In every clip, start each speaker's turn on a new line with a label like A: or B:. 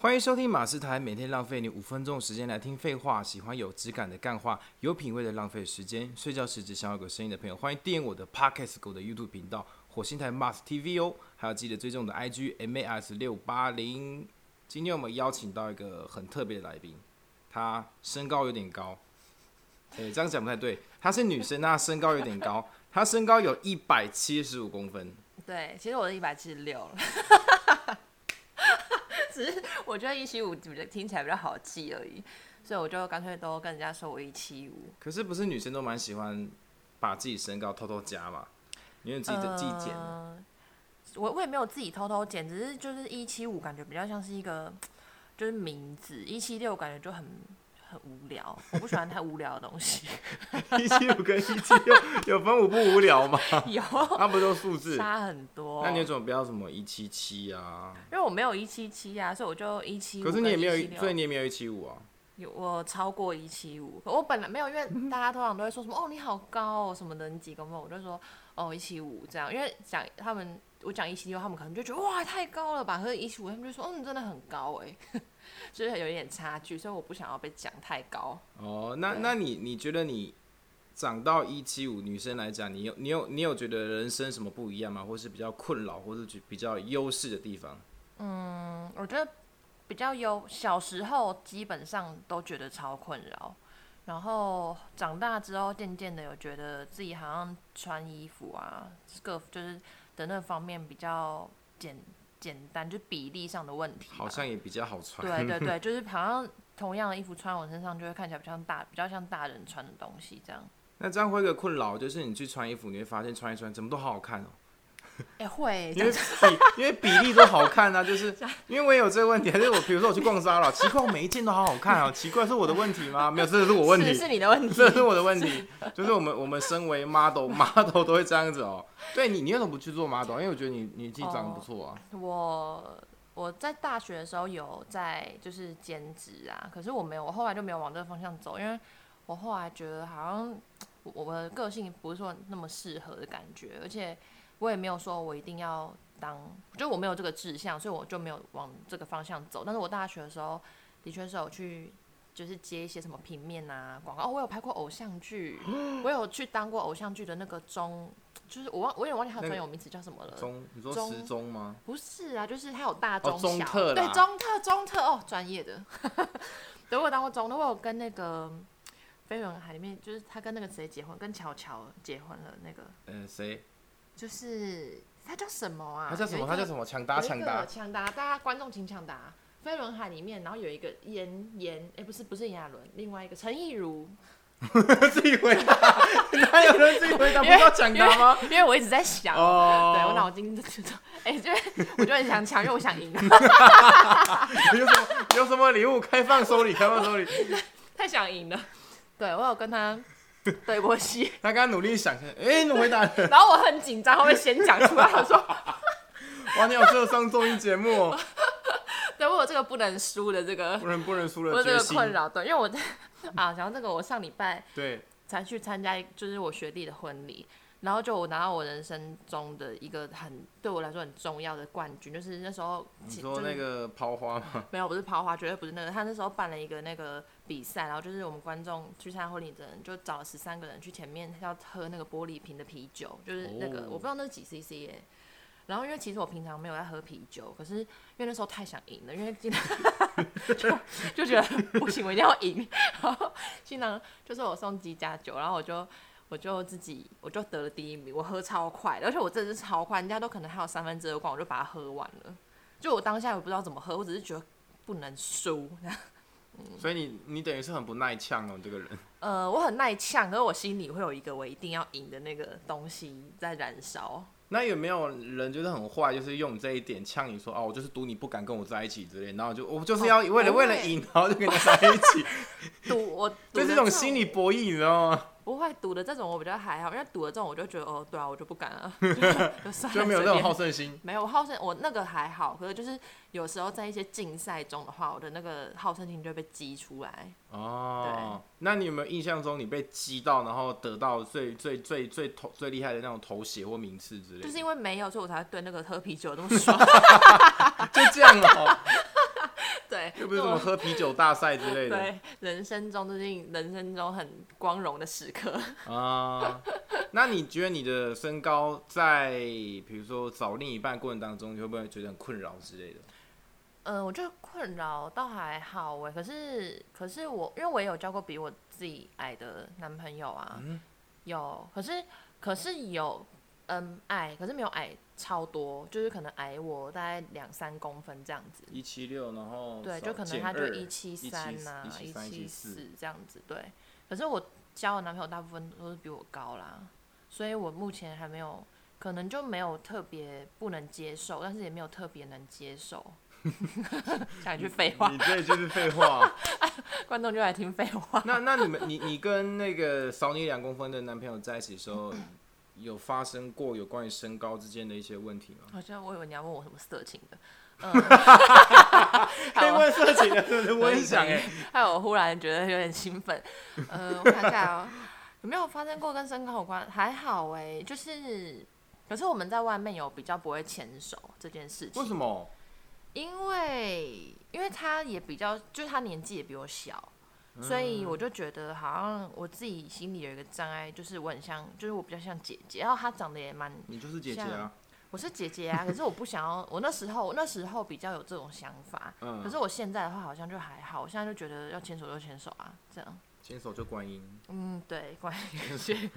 A: 欢迎收听马斯台，每天浪费你五分钟时间来听废话。喜欢有质感的干话，有品味的浪费时间。睡觉时只想要有个声音的朋友，欢迎订阅我的 Podcast 狗的 YouTube 频道火星台 Mars TV 哦，还有记得追踪我的 IG MAS 六八零。今天我们邀请到一个很特别的来宾，她身高有点高，诶、这样讲不太对，她是女生，那她身高有点高，她身高有一百七十五公分。
B: 对，其实我是一百七十六了， 只是我觉得一七五比较听起来比较好记而已，所以我就干脆都跟人家说我一七五。
A: 可是不是女生都蛮喜欢把自己身高偷偷加嘛？因为自己的 自己减，
B: 呃我我也没有自己偷偷减，只是就是一七五感觉比较像是一个就是名字，一七六感觉就很很无聊，我不喜欢太无聊的 东西。
A: 一七五跟一七六有分五不无聊 吗？
B: 有
A: 它不都数字？
B: 差很多，
A: 那你怎么不要什么一七七啊？
B: 因为我没有一七七啊，所以我就一七五。
A: 可是你也没有
B: 一
A: 一，所以你也没有一七五啊。
B: 有我超过一七五，我本来没有，因为大家通常都会说什么哦你好高哦什么的，你几公分？我就说哦一七五这样，因为讲他们我讲一七六，他们可能就觉得哇太高了吧，可是一七五他们就说哦你真的很高哎， 就是有一点差距，所以我不想要被讲太高。
A: 哦，那
B: 对
A: 那你你觉得你长到一七五，女生来讲，你有你有你有觉得人生什么不一样吗？或是比较困扰，或是比较优势的地方？
B: 嗯，我觉得比较有小时候基本上都觉得超困扰，然后长大之后渐渐的有觉得自己好像穿衣服啊，各就是的那方面比较简简单，就比例上的问题吧。
A: 好像也比较好穿。
B: 对对对，就是好像同样的衣服穿我身上就会看起来比较像大，比较像大人穿的东西这样。
A: 那这样会有一个困扰，就是你去穿衣服，你会发现穿一穿怎么都好好看哦。
B: 哎、会
A: 因为比 因为比例都好看啊，就是因为我也有这个问题，还 是我比如说我去逛沙了，奇怪我每一件都好好看啊，奇怪是我的问题吗？没有，这是我问
B: 是
A: 题，
B: 是你的问 题。
A: 这是我的问题，就是我们我们身为 model model 都会这样子哦。对你，你为什么不去做 model？因为我觉得你你自己长得不错啊。
B: 我我在大学的时候有在就是兼职啊，可是我没有，我后来就没有往这个方向走，因为我后来觉得好像我我的个性不是说那么适合的感觉，而且我也没有说我一定要当，就我没有这个志向，所以我就没有往这个方向走。但是我大学的时候的确是有去。就是接一些什么平面啊广告、哦，我有拍过偶像剧，我有去当过偶像剧的那个中，就是我忘我有点忘记它的
A: 那
B: 专
A: 个
B: 有名词叫什么了。
A: 中，你说
B: 哦中
A: 时钟吗？
B: 不是啊，就是还有大
A: 哦
B: 中小，
A: 中特啦
B: 对中特中特哦，专业的。 对，我有当过中特，我有跟那个《飞轮海》里面，就是他跟那个谁结婚，跟乔乔结婚了，那个
A: 呃，谁？
B: 就是他叫什么啊？
A: 他叫什么？他叫什
B: 么？
A: 么？抢
B: 有
A: 答
B: 一
A: 抢
B: 个
A: 答。
B: 抢答，大家观众请抢答。《飞轮海》里面，然后有一个炎炎，哎、不是不是炎亚纶，另外一个陈亦 儒，
A: 自己回答，哪有人自己回答？不
B: 因为
A: 是要抢答吗？
B: 因为我一直在想，
A: 哦，
B: 对我脑筋就知道，哎、因为我就很想抢，因为我想赢，
A: 有什么有什么礼物？开放收礼，开放收礼。
B: 太想赢了。对我有跟他对过戏，
A: 他刚刚努力想，哎、你回答了。
B: 然后我很紧张，他会先讲出来，我说
A: 哇，你好适合上综艺节目 哦！
B: 对我有这个不能输的这个，
A: 不能不能输
B: 我有
A: 了
B: 这
A: 决
B: 个
A: 心。
B: 困扰，对，因为我 啊，然后这个我上礼拜
A: 对，
B: 才去参加，就是我学弟的婚礼。然后就我拿到我人生中的一个很对我来说很重要的冠军，就是那时候
A: 你
B: 其
A: 说
B: 就是
A: 那个抛花吗？
B: 没有，不是抛花，绝对不是那个。他那时候办了一个那个比赛，然后就是我们观众去参加婚礼的人，就找了十三个人去前面要喝那个玻璃瓶的啤酒，就是那个、
A: 哦
B: 我不知道那是几 CC 耶、然后因为其实我平常没有在喝啤酒，可是因为那时候太想赢了，因为经常 就就觉得不行，我一定要赢。然后新郎就是我送鸡加酒，然后我就。 我就自己，我就得了第一名，我喝超快，而且我真的是超快，人家都可能还有三分之二罐，我就把它喝完了。就我当下我不知道怎么喝，我只是觉得不能输。
A: 所以你你等于是很不耐呛哦，这个人。
B: 呃，我很耐呛，可是我心里会有一个我一定要赢的那个东西在燃烧。
A: 那有没有人就是很坏，就是用这一点呛你说哦，我就是赌你不敢跟我在一起之类，然后就我就是要
B: 哦
A: 为了、
B: 不
A: 为
B: 会
A: 了赢，然后就跟他在一 起，
B: 赌我
A: 就
B: 赌
A: 是
B: 的
A: 这种心理博弈，你知道吗？
B: 不会赌的这种我比较还好，因为赌的这种我就觉得哦，对啊，我就不敢了， 就算了
A: 就没有那种
B: 随便
A: 好胜 心。
B: 没有，我好胜，我那个还好，可是就是有时候在一些竞赛中的话，我的那个好胜心就会被激出来。
A: 哦，那你有没有印象中你被击到，然后得到最最最最头最厉害的那种头衔或名次之类的？
B: 就是因 为
A: 啊
B: 没有，所以我才会对那个喝啤酒那么爽。
A: 就这样哦。
B: 对， 对，
A: 又不是什么喝啤酒大赛之类的
B: 对人生中最近人生中很光荣的时刻。
A: 啊。那你觉得你的身高在比如说找另一半过程当中，你会不会觉得很困扰之类的？
B: 嗯，我觉得困扰倒还好哎，可是可是我因为我也有交过比我自己矮的男朋友啊，
A: 嗯
B: 有，可是可是有嗯矮，可是没有矮超多，就是可能矮我大概两三公分这样子，
A: 一七六，然后
B: 对，
A: 少
B: 就可能
A: 减
B: 他就
A: 二
B: 一七三呐，
A: 173
B: 七
A: 174
B: 四这样子，对。可是我交的男朋友大部分都是比我高啦，所以我目前还没有，可能就没有特别不能接受，但是也没有特别能接受。 讲一句废话
A: 你，这就是废话。
B: 观众就来听废话。
A: 那那你们，你你跟那个少你两公分的男朋友在一起的时候，有发生过有关于身高之间的一些问题吗？
B: 好像我以为你要问我什么色情 的，嗯，
A: 可以
B: 好，
A: 问色情的，对不对？我也 想哎、
B: 害我忽然觉得有点兴 奋。呃，我想一下哦，有没有发生过跟身高有关？还好哎、就是，可是我们在外面有比较不会牵手这件事情。
A: 为什？么？
B: 因为因为他也比较，就是他年纪也比我小，
A: 嗯
B: 所以我就觉得好像我自己心里有一个障碍，就是我很像，就是我比较像姐姐，然后她长得也蛮
A: 你就是姐姐啊
B: 像，我是姐姐啊， 可是我不想要。我那时候，我那时候比较有这种想法，
A: 嗯
B: 可是我现在的话好像就还好。我现在就觉得要牵手就牵手啊，这样。
A: 牵手就观音，
B: 嗯，对，关于 谢谢，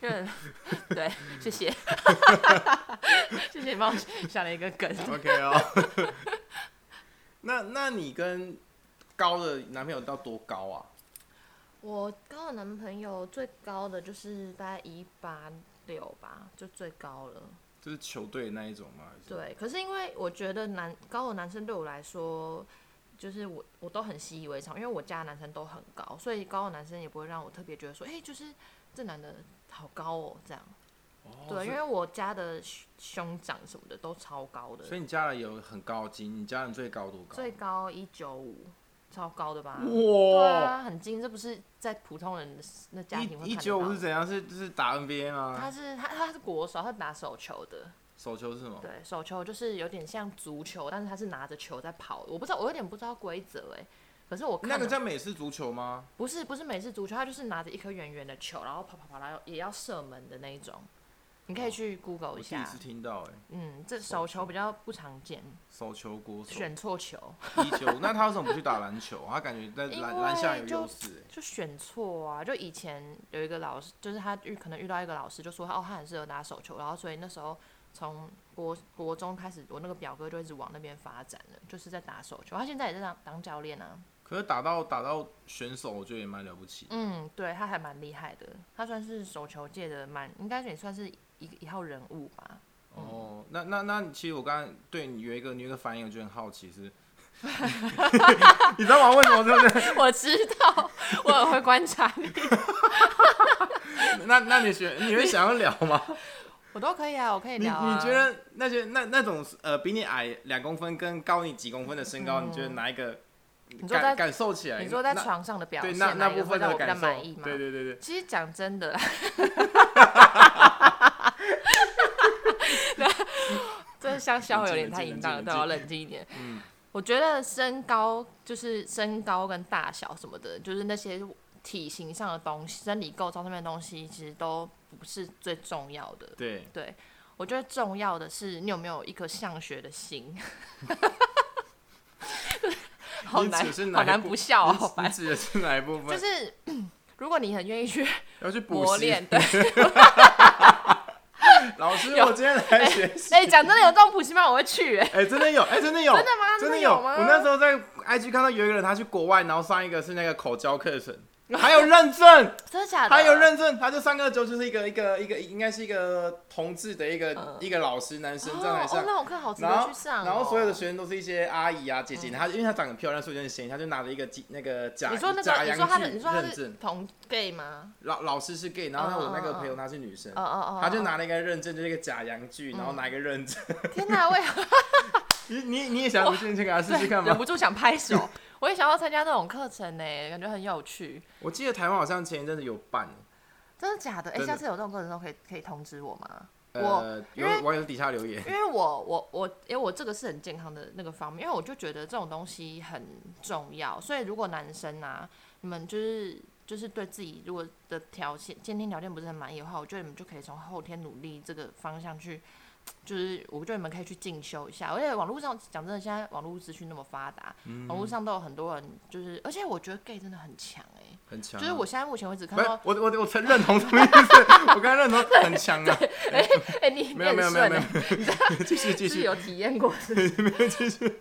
B: 有点对，谢谢， 谢谢你帮我想了一个梗。
A: OK 哦。 那那你跟高的男朋友到多高啊？
B: 我高的男朋友最高的就是大概一八六吧，就最高了。
A: 就是球队那一种吗？还是，
B: 对，可是因为我觉得男高的男生对我来说，就是我我都很习以为常，因为我家的男生都很高，所以高的男生也不会让我特别觉得说，哎、就是这男的好高哦，这样。
A: 哦所
B: 对，
A: 以
B: 因为我家的兄兄长什么的都超高的，
A: 所以你家人有很高金，你家人最高多高？
B: 最高一九五，超高的吧？对
A: 哇，
B: 啊，很近，这不是在普通人的那家庭会
A: 一一
B: 看得
A: 九
B: 到
A: 五是
B: 的。
A: 怎样？是就是打 NBA
B: 他
A: 吗？
B: 是他他是国手，他是打手球的，
A: 手球是什么？
B: 对，手球就是有点像足球，但是他是拿着球在跑。我不知道，我有点不知道规则哎。可是我看
A: 那个
B: 了
A: 叫美式足球吗？
B: 不是不是美式足球，他就是拿着一颗圆圆的球，然后跑跑跑，然后也要射门的那一种。你可以去 Google
A: 我
B: 一
A: 第一
B: 下
A: 次，听到、哎，
B: 嗯，这手球比较不常见，
A: 手球国手
B: 选错球
A: 一九，那他为什么不去打篮球？他感觉在
B: 因
A: 篮
B: 为
A: 篮下有
B: 就
A: 优势、
B: 就选错啊！就以前有一个老师，就是他遇可能遇到一个老师，就说他哦，他很适合打手球，然后所以那时候从国国中开始，我那个表哥就一直往那边发展了，就是在打手球。他现在也在当当教练啊。
A: 哎，可是打到打到选手，我觉得也蛮了不起。
B: 嗯，对，他还蛮厉害的，他算是手球界的蛮，应该也算是一个一号人物吧。
A: 哦，那那那，其实我刚刚对你有一个你有一个反应，我就很好奇 是，你知道吗？为什么对不对？
B: 我知道，我很会观察 你，
A: 那那你学你会想要聊吗？
B: 我都可以啊，我可以
A: 你
B: 聊、啊、
A: 你觉得那些那那种呃比你矮两公分跟高你几公分的身高，你觉得哪一个
B: 嗯你说
A: 感
B: 在
A: 感受起来？
B: 你说在
A: 那
B: 床上的表
A: 对
B: 现，
A: 那那
B: 哪一个
A: 部
B: 会
A: 分
B: 让
A: 的
B: 我比较
A: 感受，
B: 满意吗？
A: 对对对对，
B: 其实讲真的啦， 这像肖有点太淫荡了，对，我要冷静一点。
A: 嗯
B: 我觉得身高就是身高跟大小什么的，就是那些体型上的东西、生理构造上面的东西，其实都不是最重要的。
A: 对，
B: 对，我觉得重要的是你有没有一颗向学的心。 好
A: 你
B: 难
A: 指是，哪
B: 好
A: 一
B: 难
A: 部
B: 不笑哦，
A: 你
B: 好
A: 你
B: 烦。
A: 指的是哪一部分？
B: 就是 如果你很愿意去
A: 要去补
B: 磨
A: 习。
B: 练，对，
A: 老师，
B: 有
A: 我今天来学习。
B: 哎、讲真的，有这种补习班我会去、哎，
A: 哎、真的有，哎、真的有，
B: 真的吗
A: 真的
B: 真的有吗
A: 我那时候在 IG 看到有一个人，他去国外，然后上一个是那个口交课程，还有认 证，
B: 真的假的？
A: 还有认证，他就上课的时候就是一个一个一个，应该是一个同志的一个、
B: 嗯
A: 一个老师，男
B: 哦
A: 生站台
B: 哦
A: 上，，
B: 那我看好值
A: 然
B: 得
A: 后
B: 去上、哦嗯
A: 然后所有的学生都是一些阿姨啊、姐姐，他因为他长得很漂亮，所以有点显眼，他就拿着一个鸡那个假
B: 你说那
A: 假
B: 个，你
A: 洋
B: 说他的，你
A: 具
B: 说他
A: 认
B: 是
A: 证，
B: 同 gay 吗？
A: 老老师是 gay，然后他
B: 嗯
A: 我那个
B: 嗯嗯
A: 朋友她是女生。
B: 哦哦哦，
A: 他就拿了一个认证，就是一个假洋具，然后拿一个认证。
B: 哦。天哪，我也
A: 你你你也想不信，去给他试试看
B: 忍
A: 吗？
B: 不住想拍 手。我也想要参加那种课程呢、感觉很有趣。
A: 我记得台湾好像前一阵子有办，
B: 真的假的？哎、
A: 真的
B: 下次有这种课程的时候，可以可以通知我吗？
A: 呃，
B: 因为
A: 有网友底下留言，
B: 因为我我我，因为我这个是很健康的那个方面，因为我就觉得这种东西很重要，所以如果男生啊，你们就是就是对自己如果的条件先天条件不是很满意的话，我觉得你们就可以从后天努力这个方向去，就是我觉得你们可以去进修一下。而且网络上讲真的，现在网络资讯那么发达，
A: 嗯
B: 网络上都有很多人，就是而且我觉得 gay 真的很强哎、
A: 很强啊。
B: 就是我现在目前为止看
A: 不是
B: 到，
A: 我我我承 认同什么意思？我刚才认同很强啊，
B: 哎、你
A: 没有
B: 你
A: 没有
B: 很
A: 没有
B: 顺
A: 没
B: 哎、
A: 有， 继续继
B: 就是
A: 续，
B: 有体验过，是不是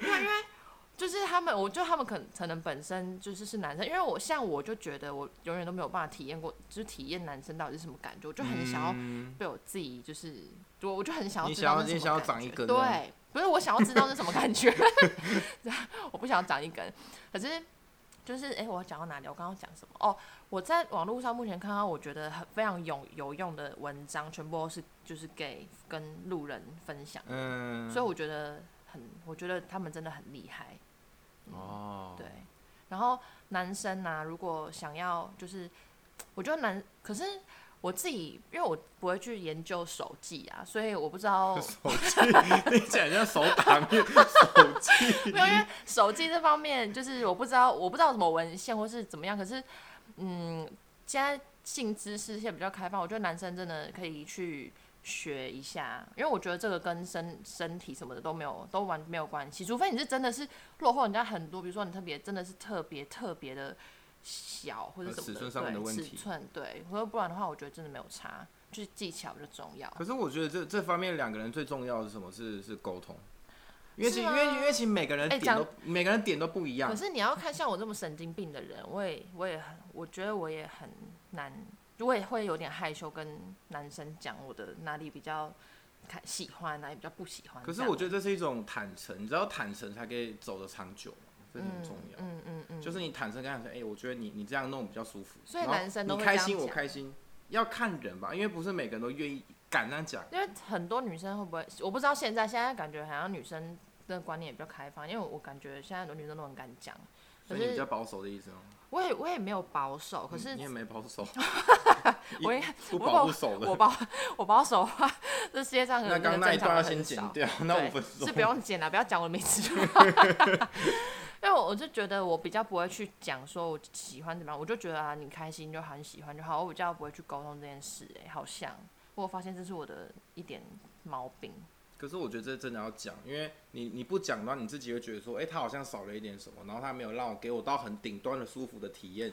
B: 就是他们，我就他们可能可能本身就是是男生，因为我像我就觉得我永远都没有办法体验过，就是体验男生到底是什么感觉，我就很想要
A: 嗯
B: 被我自己就是，我我就很想
A: 你
B: 要知
A: 想
B: 道
A: 要
B: 那是
A: 你
B: 什
A: 想
B: 么
A: 要
B: 感
A: 长一
B: 觉
A: 根啊这样
B: 对，不是我想要知道是什么 感觉， 我不想要长一根，可是就是哎、诶我讲到哪里？我刚刚讲什么？哦，我在网络上目前看到我觉得很非常有有用的文章，全部都是就是给跟路人分享，
A: 嗯，
B: 所以我觉得很，我觉得他们真的很厉害。
A: 哦，，
B: 对，，然后男生啊，如果想要就是，我觉得男，可是我自己因为我不会去研究手技啊，所以我不知道
A: 手机听起来像手打面，手 机
B: 没有因为手技这方面就是我不知道，我不知道什么文献或是怎么样，可是嗯，现在性知识现在比较开放，我觉得男生真的可以去。学一下，因为我觉得这个跟身身体什么的都没有，都完没有关系。除非你是真的是落后人家很多，比如说你特别真的是特别特别的小或者
A: 呃
B: 什么
A: 尺
B: 的
A: 寸上面
B: 对
A: 的问
B: 尺
A: 题
B: 寸对，或者不然的话，我觉得真的没有差，就是技巧就重要。
A: 可是我觉得这这方面两个人最重要的是什么？是是沟通，因为其
B: 是
A: 因
B: 吗
A: 为因为其实每个人
B: 哎
A: 点都
B: 讲
A: 每个人点都不一样
B: 可，是你要看像我这么神经病的人，我也我也很，我觉得我也很难，我也会有点害羞跟男生讲我的哪里比较看喜欢，哪里比较不喜欢。
A: 可是我觉
B: 得
A: 得这是一种坦诚，你知道坦诚才可以走得长久嘛，这是很重要。
B: 嗯嗯嗯，
A: 就是你坦诚跟他讲说，哎、我觉得你你这样弄比较舒服。
B: 所以
A: 然后
B: 男生都
A: 你
B: 会
A: 开
B: 这样
A: 心，我
B: 讲
A: 开心，要看人吧，因为不是每个人都愿意敢这样讲。
B: 因为很多女生会不会，我不知道现在现在感觉好像女生的观念也比较开放，因为我感觉现在很多女生都很敢讲。可
A: 所以你比较
B: 是
A: 保守的意思吗？哦
B: 我也我也没有保守，可是
A: 嗯你也没保 守，
B: 我也
A: 不
B: 我
A: 保
B: 保
A: 护守
B: 我
A: 的。
B: 保 我保守的话，这世界上可
A: 那
B: 能
A: 刚刚
B: 真的
A: 那一
B: 正
A: 段
B: 常
A: 要
B: 人
A: 先
B: 很
A: 剪
B: 少
A: 掉，那
B: 对
A: 五分钟
B: 是不用剪了，不要讲我的名字就 好。因为我我就觉得我比较不会去讲说我喜欢怎么样，我就觉得啊你开心就好，你喜欢就好，我比较不会去沟通这件事、哎，好像我有发现这是我的一点毛病。
A: 可是我觉得这真的要讲，因为你你不讲的话，你自己会觉得说，哎、他好像少了一点什么，然后他没有让我给我到很顶端的舒服的体验，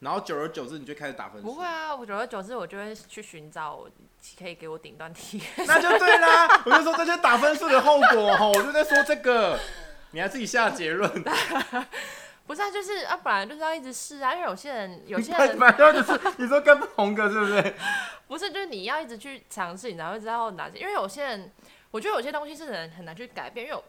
A: 然后久而久之你就开始打分数。
B: 不会啊，我久而久之我就会去寻找我可以给我顶端体验。
A: 那就对啦。我就说这就是打分数的后果吼，我就在说这个，你还自己下结论。
B: 不是啊，就是啊，本来就是要一直试啊，因为有些人有些人
A: 反反正就是你说跟不同个是不是？
B: 不是，就是你要一直去尝试，你才会知道哪些。因为有些人，我觉得有些东西是人很难去改变。因为有，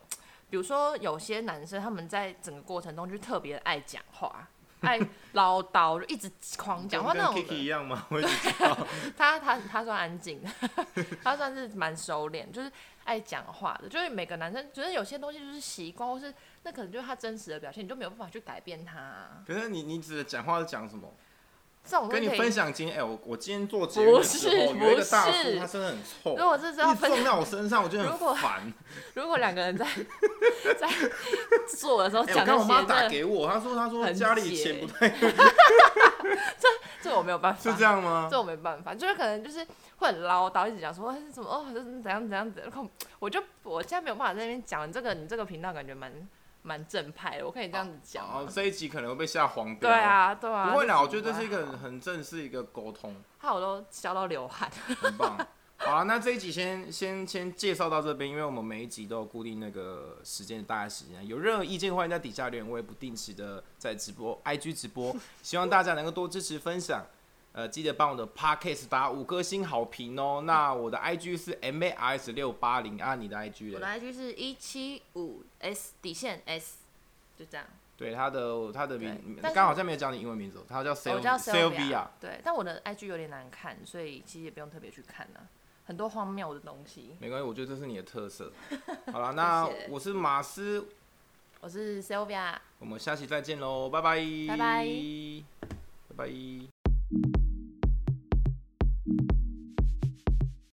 B: 比如说有些男生，他们在整个过程中就特别爱讲 话，爱唠叨，就一直狂讲话
A: 跟
B: 那种
A: Kiki 一
B: 人。
A: 样吗？我一直
B: 他他他算安静的，他算是蛮收敛，就是爱讲话的。就是每个男生，觉得有些东西就是习惯，或是那可能就是他真实的表现，你就没有办法去改变他啊、
A: 可是你你指的讲话是讲什么？
B: 这种东
A: 跟
B: 西
A: 你
B: 可以
A: 分享今天，哎、我我今天做节目的时候，
B: 不是
A: 有一个大
B: 不
A: 叔
B: 是
A: 他真的很臭，
B: 如果这是要
A: 一直
B: 分
A: 撞到我身上，我觉得
B: 如
A: 很
B: 果
A: 烦。
B: 如果两个人在 在做的时候
A: 哎、
B: 讲
A: 我看
B: 那
A: 我
B: 些，
A: 妈
B: 真
A: 打
B: 的
A: 给我，她说她说
B: 很
A: 家里
B: 解
A: 钱不太
B: 这我没有办法，
A: 是这样吗？
B: 这我没办法，就是可能就是会很唠叨，一直讲说哎怎么哦，就是怎样怎样怎样，我就我现在没有办法在那边讲你这个你这个频道感觉蛮蛮正派的，我可以这样子讲吗、
A: 哦，这一集可能会被下黄标。
B: 对，啊，对啊，
A: 不会啦，
B: 就
A: 我觉得这是一个
B: 不太
A: 很
B: 好
A: 很正式一个沟通。
B: 害我都笑到流汗。
A: 很棒。好啊，那这一集先先先介绍到这边，因为我们每一集都有固定那个时间，大概时间。有任何意见，欢迎在底下留言，我也不定期的在直播 IG 直播，希望大家能够多支持分享。呃，记得帮我的 Podcast 打五颗星好评哦。那我的 IG 是 M A R S 六八零，啊，你的 IG
B: 我的
A: 嘞？
B: IG 是一七五 S 底线 S，就这样。
A: 对，他的他的名
B: 对，但是
A: 刚好像没有讲你英文名字哦，他叫 s e
B: 我叫
A: s e l v i a
B: 啊对，但我的 IG 有点难看，所以其实也不用特别去看啊，很多荒谬的东西。
A: 没关系，我觉得这是你的特 色。好了，那
B: 谢谢
A: 我是马斯，
B: 我是 Sylvia。
A: 我们下期再见喽，拜拜，
B: 拜拜，
A: 拜拜。